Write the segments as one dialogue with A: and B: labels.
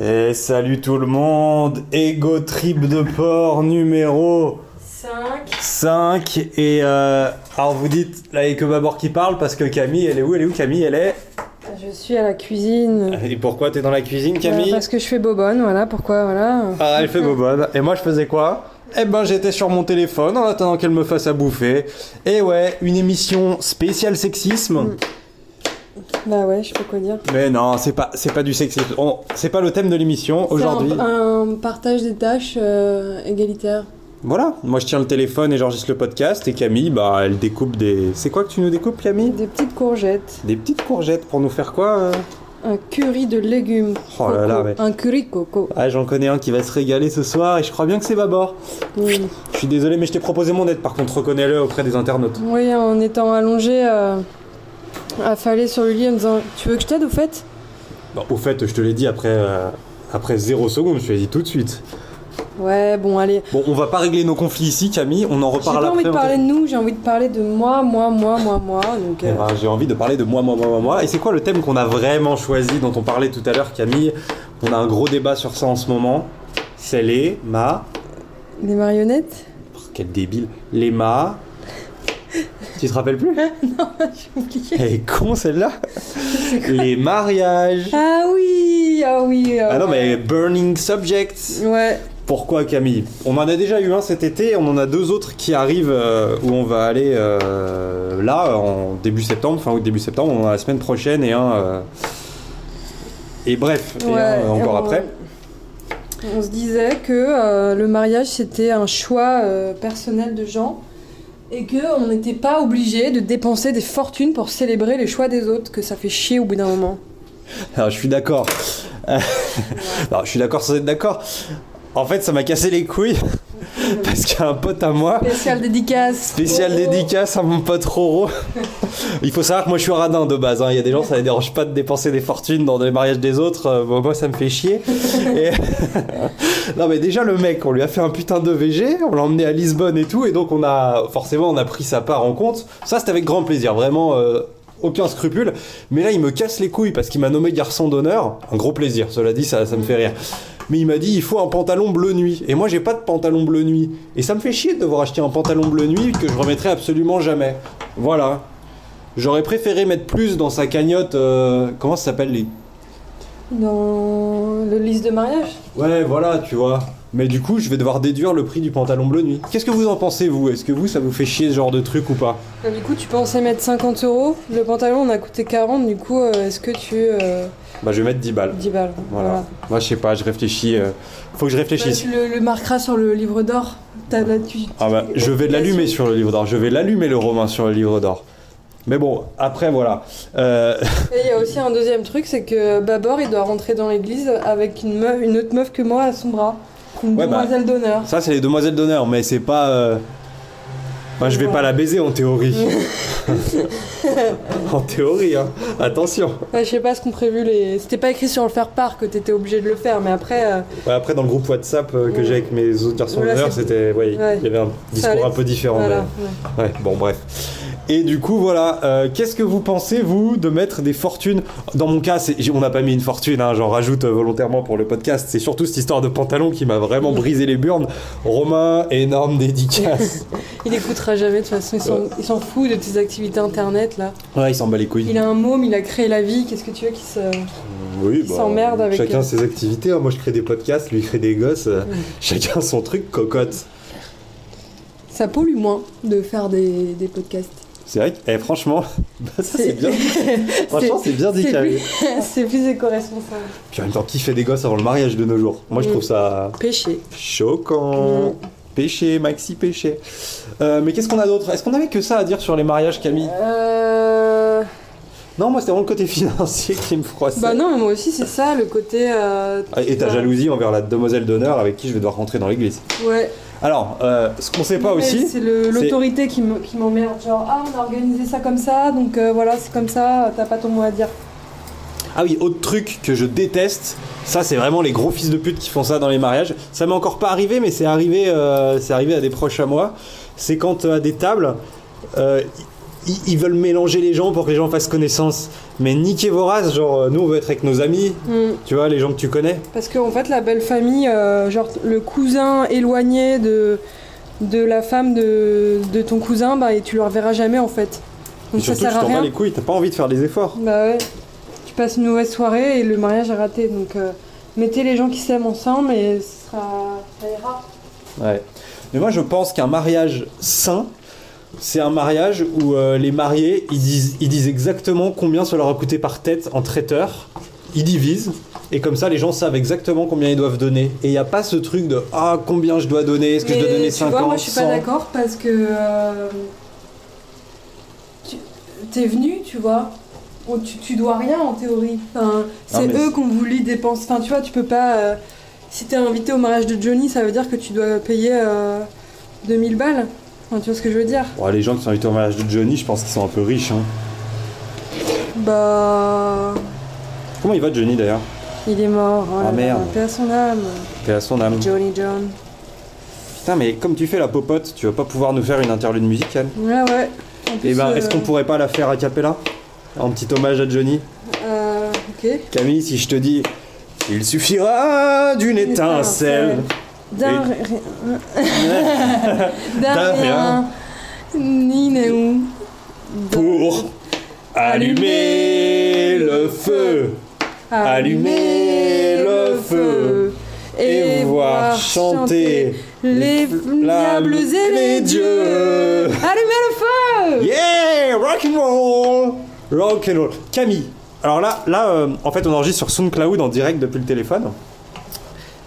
A: Et salut tout le monde, Ego Trip de porc numéro
B: 5.
A: 5. Et euh, alors vous dites, là, il y a que Babor qui parle parce que Camille, elle est où Elle est où Camille Elle est.
B: Je suis à la cuisine.
A: Et pourquoi t'es dans la cuisine, Camille
B: Euh, Parce que je fais bobonne, voilà, pourquoi, voilà.
A: Ah, elle fait bobonne. Et moi, je faisais quoi Eh ben, j'étais sur mon téléphone en attendant qu'elle me fasse à bouffer. Et ouais, une émission spéciale
B: Mm.
A: sexisme.
B: Bah ouais, je sais pas quoi dire.
A: Mais non, c'est pas, c'est pas du sexisme. On- c'est pas le thème de l'émission aujourd'hui.
B: C'est Un, un partage des tâches euh, égalitaire.
A: Voilà, moi je tiens le téléphone et j'enregistre le podcast. Et Camille, bah, elle découpe des. C'est quoi que tu nous découpes, Camille
B: Des petites courgettes.
A: Des petites courgettes pour nous faire quoi euh
B: Un curry de légumes.
A: Oh là là,
B: Coco.
A: mais-
B: Un curry coco.
A: Ah, j'en connais un qui va se régaler ce soir et je crois bien que c'est Babor.
B: Oui,
A: Je suis désolé, mais je t'ai proposé mon aide. Par contre, reconnais-le auprès des internautes.
B: Oui, en étant allongé, euh, affalé sur le lit en disant Tu veux que je t'aide au fait
A: Bon, au fait, je te l'ai dit après, euh, après zéro seconde, je te l'ai dit tout de suite.
B: Ouais, bon, allez.
A: Bon, on va pas régler nos conflits ici, Camille, on en
B: J'ai pas
A: reparle
B: envie
A: après.
B: de
A: on
B: parler
A: t'a-
B: de nous, j'ai envie de parler de moi, moi, moi, moi, moi. Donc,
A: Eh
B: euh,
A: ben, j'ai envie de parler de moi, moi, moi, moi, moi. Et c'est quoi le thème qu'on a vraiment choisi, dont on parlait tout à l'heure, Camille On a un gros débat sur ça en ce moment. C'est les ma.
B: les marionnettes
A: Oh, quel débile. Les ma. tu te rappelles plus
B: J'ai oublié.
A: Elle est con celle-là Les mariages
B: Ah oui, ah oui. euh,
A: Ah non mais Burning Subjects
B: Ouais,
A: Pourquoi Camille On en a déjà eu un cet été, on en a deux autres qui arrivent euh, où on va aller euh, là en début septembre, fin août début septembre, on en a la semaine prochaine et un... euh, Et bref, et
B: ouais,
A: un, euh,
B: et
A: encore
B: on-
A: après.
B: On se disait que euh, le mariage c'était un choix euh, personnel de gens et que on n'était pas obligé de dépenser des fortunes pour célébrer les choix des autres, que ça fait chier au bout d'un moment.
A: Alors, Ah, je suis d'accord. Alors, je suis d'accord sans être d'accord. En fait ça m'a cassé les couilles parce qu'il y a un pote à moi
B: Spécial dédicace.
A: Spécial
B: Oh.
A: dédicace à mon pote Roro. Il faut savoir que moi je suis radin de base. hein. Il y a des gens, ça les dérange pas de dépenser des fortunes dans les mariages des autres. Euh, bon, moi ça me fait chier. Et- non mais déjà le mec, on lui a fait un putain de VG, on l'a emmené à Lisbonne et tout. Et donc on a forcément on a pris sa part en compte. Ça c'était avec grand plaisir, vraiment. euh, Aucun scrupule, mais là il me casse les couilles parce qu'il m'a nommé garçon d'honneur. Un gros plaisir, cela dit, ça, ça me fait rire. Mais il m'a dit il faut un pantalon bleu nuit. Et moi j'ai pas de pantalon bleu nuit. Et ça me fait chier de devoir acheter un pantalon bleu nuit que je remettrai absolument jamais. Voilà. J'aurais préféré mettre plus dans sa cagnotte. euh, comment ça s'appelle les.
B: Dans le liste de mariage
A: Ouais, voilà, tu vois. Mais du coup, je vais devoir déduire le prix du pantalon bleu nuit. Qu'est-ce que vous en pensez, vous Est-ce que vous, ça vous fait chier ce genre de truc ou pas
B: Bah, Du coup, tu pensais mettre 50 euros, le pantalon on a coûté 40, du coup, euh, est-ce que tu. euh,
A: Bah, je vais mettre 10 balles.
B: 10 balles.
A: Voilà. Moi, je sais pas, je réfléchis. euh, Faut que je
B: Bah,
A: réfléchisse.
B: tu le, le marqueras sur le livre d'or. T'as là, tu-
A: Ah bah, je vais l'allumer sur le livre d'or. Je vais l'allumer, le Romain, sur le livre d'or. Mais bon, après, voilà. Euh,
B: Et il y a aussi un deuxième truc, c'est que Babor, il doit rentrer dans l'église avec une, meuf, une autre meuf que moi à son bras. Une
A: Ouais, bah.
B: demoiselle d'honneur.
A: Ça, c'est les demoiselles d'honneur, mais c'est pas. euh, Moi, je vais pas la baiser en théorie. en théorie, hein. Attention.
B: Ouais, je sais pas ce qu'ont prévu les... C'était pas écrit sur le faire-part que t'étais obligé de le faire, mais après, euh,
A: Ouais, après, dans le groupe WhatsApp euh, que
B: Ouais.
A: j'ai avec mes autres garçons
B: Voilà,
A: d'honneur,
B: c'est-
A: c'était. ouais,
B: Ouais.
A: Il y avait un discours
B: allait.
A: un peu différent.
B: voilà.
A: mais- Oh, Ouais, bon, bref. Et du coup, voilà. euh, Qu'est-ce que vous pensez, vous, de mettre des fortunes Dans mon cas, c'est- j'ai- on n'a pas mis une fortune, hein, j'en rajoute euh, volontairement pour le podcast. C'est surtout cette histoire de pantalon qui m'a vraiment brisé les burnes. Romain, énorme dédicace.
B: Il écoutera jamais, de toute façon, il s'en- il s'en fout de tes activités internet, là.
A: ouais, il s'en bat les couilles.
B: Il a un môme, il a créé la vie, qu'est-ce que tu veux qu'il se...
A: Oui, bah,
B: Ils s'emmerdent avec
A: chacun
B: eux.
A: ses activités. hein. Moi, je crée des podcasts, lui il crée des gosses. euh, chacun son truc, cocotte.
B: Ça pollue moins de faire des, des podcasts.
A: C'est vrai que, eh, franchement, ça c'est
B: C'est-
A: bien. franchement, c'est bien dit,
B: c'est
A: Camille.
B: C'est plus éco-responsable.
A: Puis en même temps, qui fait des gosses avant le mariage de nos jours Moi, je
B: Mm.
A: trouve ça
B: Péché.
A: choquant.
B: Mm.
A: Péché, maxi péché. Euh, mais qu'est-ce qu'on a d'autre Est-ce qu'on avait que ça à dire sur les mariages, Camille
B: Euh...
A: Non, moi, c'était vraiment le côté financier qui me froissait.
B: Bah non, mais moi aussi, c'est ça, le côté... euh,
A: Ah, Et ta
B: Ouais.
A: jalousie envers la demoiselle d'honneur avec qui je vais devoir rentrer dans l'église.
B: Ouais.
A: Alors, euh, ce qu'on sait pas
B: Non, mais
A: aussi.
B: C'est le-
A: c'est-
B: l'autorité qui me- qui m'emmerde. Genre, ah, on a organisé ça comme ça, donc euh, voilà, c'est comme ça, t'as pas ton mot à dire.
A: Ah oui, autre truc que je déteste, ça c'est vraiment les gros fils de pute qui font ça dans les mariages. Ça m'est encore pas arrivé, mais c'est arrivé, euh, c'est arrivé à des proches à moi. C'est quand euh, à des tables, euh, ils, ils veulent mélanger les gens pour que les gens fassent connaissance. Mais niquez vos races, genre, euh, nous on veut être avec nos amis,
B: Mm.
A: tu vois, les gens que tu connais.
B: Parce qu'en fait, la belle famille, euh, genre le cousin éloigné de, de la femme de, de ton cousin, bah, et tu le reverras jamais en fait.
A: Et
B: Donc ça
A: surtout,
B: sert
A: tu
B: à
A: t'en bats
B: rien.
A: les couilles, t'as pas envie de faire des efforts.
B: Bah ouais. Tu passes une mauvaise soirée et le mariage est raté. Donc euh, mettez les gens qui s'aiment ensemble et ce sera... ça ira.
A: Ouais. Mais moi, je pense qu'un mariage sain, c'est un mariage où euh, les mariés, ils disent, ils disent exactement combien ça leur a coûté par tête en traiteur. Ils divisent. Et comme ça, les gens savent exactement combien ils doivent donner. Et il n'y a pas ce truc de Ah, combien je dois donner Est-ce que je dois
B: Mais
A: donner
B: Tu
A: 50
B: vois, moi je suis pas
A: 100?
B: d'accord parce que. euh, tu- T'es venu, tu vois. Oh, tu, tu dois rien en théorie. Enfin, c'est
A: mais
B: eux
A: c'est-
B: qu'on voulu dépenser. Enfin, tu vois, tu peux pas. euh, si t'es invité au mariage de Johnny, ça veut dire que tu dois payer euh, 2000 balles. Enfin, tu vois ce que je veux dire
A: Ouais, Oh, les gens qui sont invités au mariage de Johnny, je pense qu'ils sont un peu riches. hein.
B: Bah.
A: Comment il va, Johnny, d'ailleurs
B: Il est mort. oh
A: Ah,
B: là là,
A: merde. Mmh.
B: Paix à son âme.
A: Paix à son âme.
B: Johnny John.
A: Putain, mais comme tu fais la popote, tu vas pas pouvoir nous faire une interlude musicale.
B: Ouais, ouais. En
A: Eh
B: plus,
A: ben, est-ce
B: euh,
A: qu'on pourrait pas la faire à cappella Un petit hommage à Johnny
B: euh, ok.
A: Camille, si je te dis Il suffira d'une étincelle.
B: D'un
A: Et-
B: ri- D'un rien, ni néon.
A: Pour allumer le feu. allumer le feu Et voir chanter.
B: les diables et les dieux. Allumer le feu
A: Yeah Rock and roll Rock and roll. Camille, alors là, là euh, en fait, on enregistre sur SoundCloud en direct depuis le téléphone.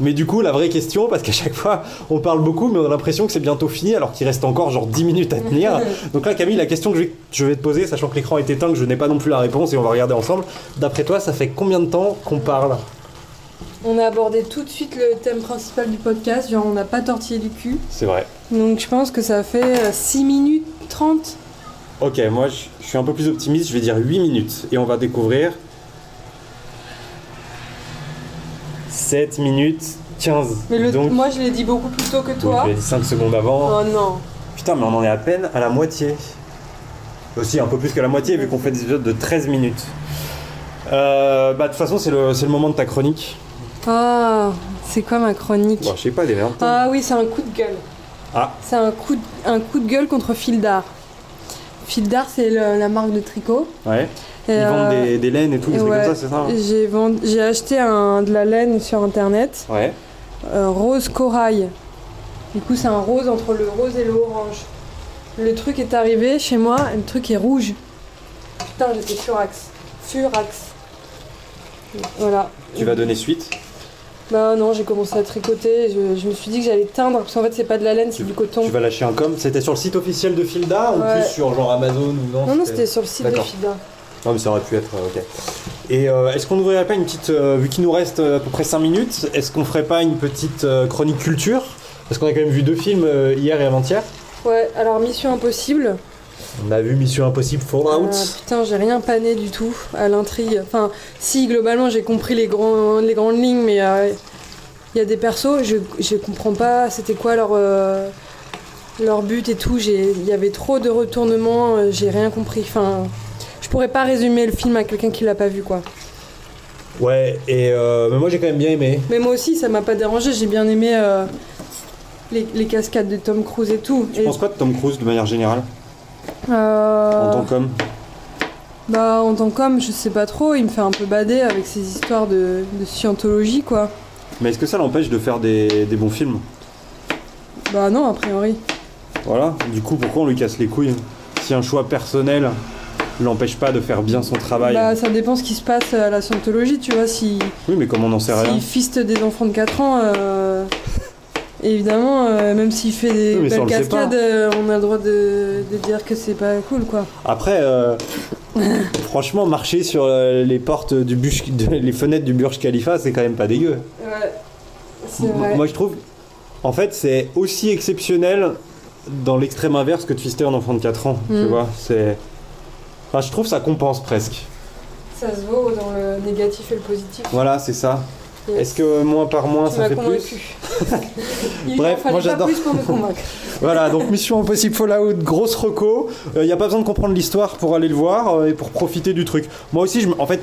A: Mais du coup, la vraie question, parce qu'à chaque fois, on parle beaucoup, mais on a l'impression que c'est bientôt fini, alors qu'il reste encore genre 10 minutes à tenir. Donc là, Camille, la question que je vais- je vais te poser, sachant que l'écran est éteint, que je n'ai pas non plus la réponse, et on va regarder ensemble. D'après toi, ça fait combien de temps qu'on parle
B: On a abordé tout de suite le thème principal du podcast, genre on n'a pas tortillé du cul.
A: C'est vrai.
B: Donc je pense que ça fait euh, 6 minutes 30.
A: Ok, moi je je suis un peu plus optimiste, je vais dire 8 minutes et on va découvrir 7 minutes 15.
B: Mais le,
A: Donc,
B: moi je l'ai dit beaucoup plus tôt que
A: oui,
B: toi.
A: j'avais dit 5 secondes avant.
B: Oh non.
A: Putain, mais on en est à peine à la moitié. Aussi un peu plus que la moitié vu qu'on fait des épisodes de 13 minutes. Euh, bah de toute façon c'est le, c'est le moment de ta chronique.
B: Ah, c'est quoi ma chronique
A: Bon, je sais pas déjà.
B: Ah oui, c'est un coup de gueule.
A: Ah.
B: C'est un coup, de, un coup de gueule contre Fildar. Fildar, c'est le- la marque de tricot.
A: Ouais. Ils
B: Et,
A: vendent
B: euh,
A: des, des laines et tout, des
B: et
A: trucs
B: ouais.
A: comme ça, hein c'est ça
B: J'ai vend- j'ai acheté un, de la laine sur internet,
A: Ouais.
B: euh, rose corail. Du coup, c'est un rose entre le rose et le orange. Le truc est arrivé chez moi, et le truc est rouge. Putain, j'étais furax. Furax. Voilà.
A: Tu vas donner suite.
B: Bah non, j'ai commencé à tricoter. Je, je me suis dit que j'allais teindre, parce qu'en fait, c'est pas de la laine, c'est du coton.
A: Tu vas lâcher un com. C'était sur le site officiel de Filda ou
B: Ouais.
A: plus sur genre Amazon ou non
B: Non, non, c'était sur le site de
A: D'accord.
B: Fida.
A: Non, mais ça aurait pu être. euh, ok. Et euh, est-ce qu'on ne ferait pas une petite. euh, vu qu'il nous reste euh, à peu près 5 minutes, est-ce qu'on ferait pas une petite euh, chronique culture Parce qu'on a quand même vu deux films euh, hier et avant-hier.
B: Ouais, alors Mission Impossible.
A: On a vu Mission Impossible Fallout.
B: Euh, putain, j'ai rien pané du tout à l'intrigue. Enfin, si, globalement, j'ai compris les, grands, les grandes lignes, mais euh, il y a des persos, je, je comprends pas c'était quoi leur, euh, leur but et tout. J'ai- Il y avait trop de retournements, euh, j'ai rien compris. Enfin, je pourrais pas résumer le film à quelqu'un qui l'a pas vu, quoi.
A: Ouais, et euh, mais moi j'ai quand même bien aimé.
B: Mais moi aussi, ça m'a pas dérangé, j'ai bien aimé euh, les, les cascades de Tom Cruise et tout.
A: Tu
B: Et,
A: penses quoi de Tom Cruise de manière générale
B: euh,
A: En tant qu'homme
B: Bah, en tant qu'homme, je sais pas trop, il me fait un peu bader avec ces histoires de, de scientologie, quoi.
A: Mais est-ce que ça l'empêche de faire des, des bons films
B: Bah, non, a priori.
A: Voilà. Du coup, pourquoi on lui casse les couilles Si un choix personnel l'empêche pas de faire bien son travail.
B: Bah, ça dépend ce qui se passe à la scientologie, tu vois. Si,
A: Oui, mais comme on n'en sait rien.
B: s'il fiste des enfants de 4 ans, euh, évidemment, euh, même s'il fait des
A: Oui, mais ça,
B: belles
A: on le sait pas.
B: cascades, euh, on a le droit de, de dire que c'est pas cool, quoi.
A: Après, euh, franchement, marcher sur euh, les portes du Burj, de- les fenêtres du Burj Khalifa, c'est quand même pas dégueu.
B: Ouais, c'est
A: M-
B: vrai.
A: Moi, je trouve, en fait, c'est aussi exceptionnel dans l'extrême inverse que de fister un enfant de 4 ans. Tu
B: Mm.
A: vois, c'est. Enfin, je trouve ça compense presque.
B: Ça se vaut dans le négatif et le positif.
A: Voilà, c'est ça.
B: Yes.
A: Est-ce que moins par moins,
B: Tu
A: Ah, ça
B: m'as
A: fait
B: convaincu.
A: plus
B: Il
A: Bref,
B: en fallait
A: moi,
B: pas
A: j'adore.
B: plus pour me convaincre.
A: Voilà, donc Mission Impossible Fallout, grosse reco. Il n'y a pas besoin de comprendre l'histoire pour aller le voir euh, et pour profiter du truc. Moi aussi, je, me- en fait,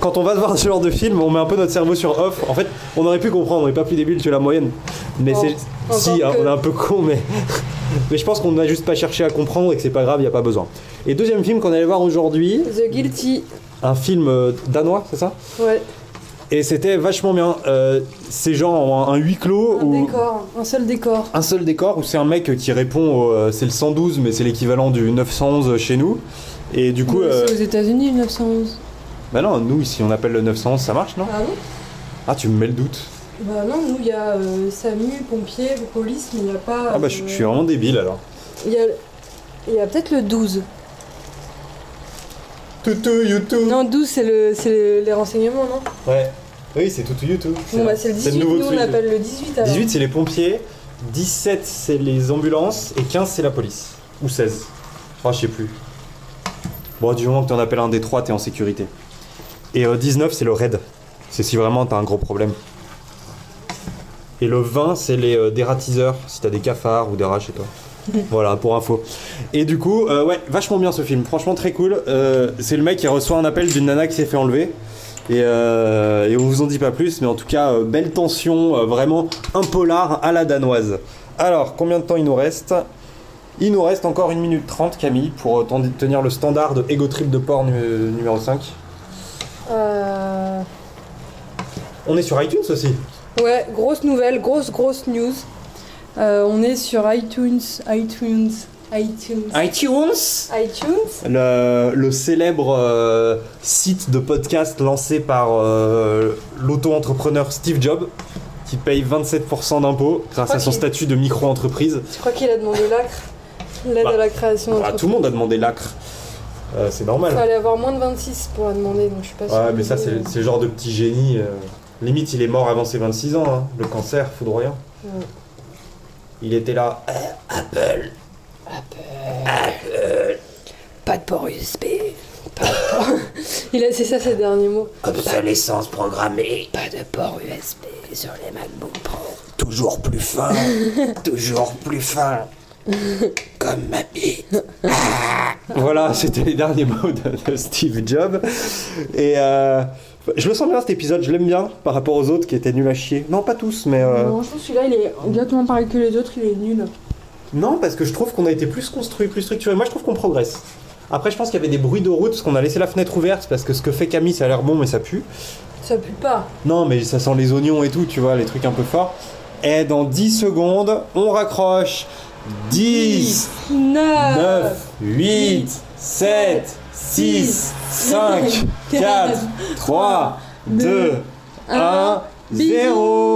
A: quand on va voir ce genre de film, on met un peu notre cerveau sur off. En fait, on aurait pu comprendre, on n'est pas plus débile que la moyenne. Mais
B: Bon,
A: c'est.
B: encore
A: Si, hein,
B: que-
A: on est un peu con, mais. mais je pense qu'on n'a juste pas cherché à comprendre et que c'est pas grave, il n'y a pas besoin. Et deuxième film qu'on allait voir aujourd'hui,
B: The Guilty.
A: un film euh, danois, c'est ça
B: Ouais.
A: Et c'était vachement bien. Euh, c'est genre un, un huis clos
B: Un
A: où.
B: décor. Un seul décor.
A: un seul décor où c'est un mec qui répond au, euh, c'est le 112 mais c'est l'équivalent du 911 chez nous et du coup
B: Mais
A: euh,
B: C'est aux États-Unis, 1911.
A: bah non nous ici on appelle le 911 ça marche non
B: Ah oui
A: ah tu me mets le doute
B: Bah non, nous, il y a euh, SAMU, pompiers, police, mais il n'y a pas. euh,
A: ah bah je, je suis vraiment débile alors
B: Il y a, il y a peut-être le 12.
A: toutou YouTube
B: Non, 12, c'est le, c'est le- les renseignements, non
A: ouais oui c'est toutou YouTube
B: Bon, bah c'est le 18,
A: nouveau
B: nous on
A: truc.
B: appelle le 18 alors.
A: 18 c'est les pompiers 17 c'est les ambulances et 15 c'est la police ou 16 enfin je sais plus bon du moment que t'en appelles un des trois t'es en sécurité et euh, 19 c'est le raid c'est si vraiment t'as un gros problème Et le 20, c'est les euh, dératiseurs, si t'as des cafards ou des rats chez toi. voilà, pour info. Et du coup, euh, ouais, vachement bien ce film, franchement très cool. Euh, c'est le mec qui reçoit un appel d'une nana qui s'est fait enlever. Et, euh, et on vous en dit pas plus, mais en tout cas, euh, belle tension, euh, vraiment un polar à la danoise. Alors, combien de temps il nous reste Il nous reste encore 1 minute 30, Camille, pour euh, ten- tenir le standard de Ego Trip de porn nu- numéro 5.
B: Euh,
A: On est sur iTunes aussi
B: Ouais, grosse nouvelle, grosse grosse news. Euh, on est sur iTunes, iTunes, iTunes,
A: iTunes
B: iTunes.
A: le, le célèbre euh, site de podcast lancé par euh, l'auto-entrepreneur Steve Jobs, qui paye 27% d'impôts grâce à son
B: Ok.
A: statut de micro-entreprise.
B: Je crois qu'il a demandé l'acre, l'aide
A: Bah,
B: à la création.
A: Ah, tout le monde a demandé l'acre. Euh, c'est normal.
B: Il fallait avoir moins de 26 pour la demander, donc je suis pas sûre. euh,
A: Ouais, mais ça, c'est c'est le genre de petit génie. euh, Limite, il est mort avant ses 26 ans, hein. le cancer foudroyant.
C: Mm.
B: Ouais.
A: Il était là.
B: Pas de port USB. Pas de port- Il a, c'est ça ses derniers mots.
C: Obsolescence programmée,
B: Pas de port USB sur les MacBook Pro.
C: toujours plus fin, toujours plus fin, comme ma bite.
A: Voilà, c'était les derniers mots de, de Steve Jobs. Et euh, je le sens bien cet épisode, je l'aime bien par rapport aux autres qui étaient nuls à chier. Non, pas tous, mais. euh,
B: Non, je trouve que celui-là, il est exactement pareil que les autres, il est nul.
A: Non, parce que je trouve qu'on a été plus construit, plus structuré. Moi, je trouve qu'on progresse. Après, je pense qu'il y avait des bruits de route parce qu'on a laissé la fenêtre ouverte parce que ce que fait Camille, ça a l'air bon, mais ça pue.
B: Ça pue pas.
A: Non, mais ça sent les oignons et tout, tu vois, les trucs un peu forts. Et dans 10 secondes, on raccroche. 10, 9, 8, 7, 6, 5, 4, 3, 2, 1, 0.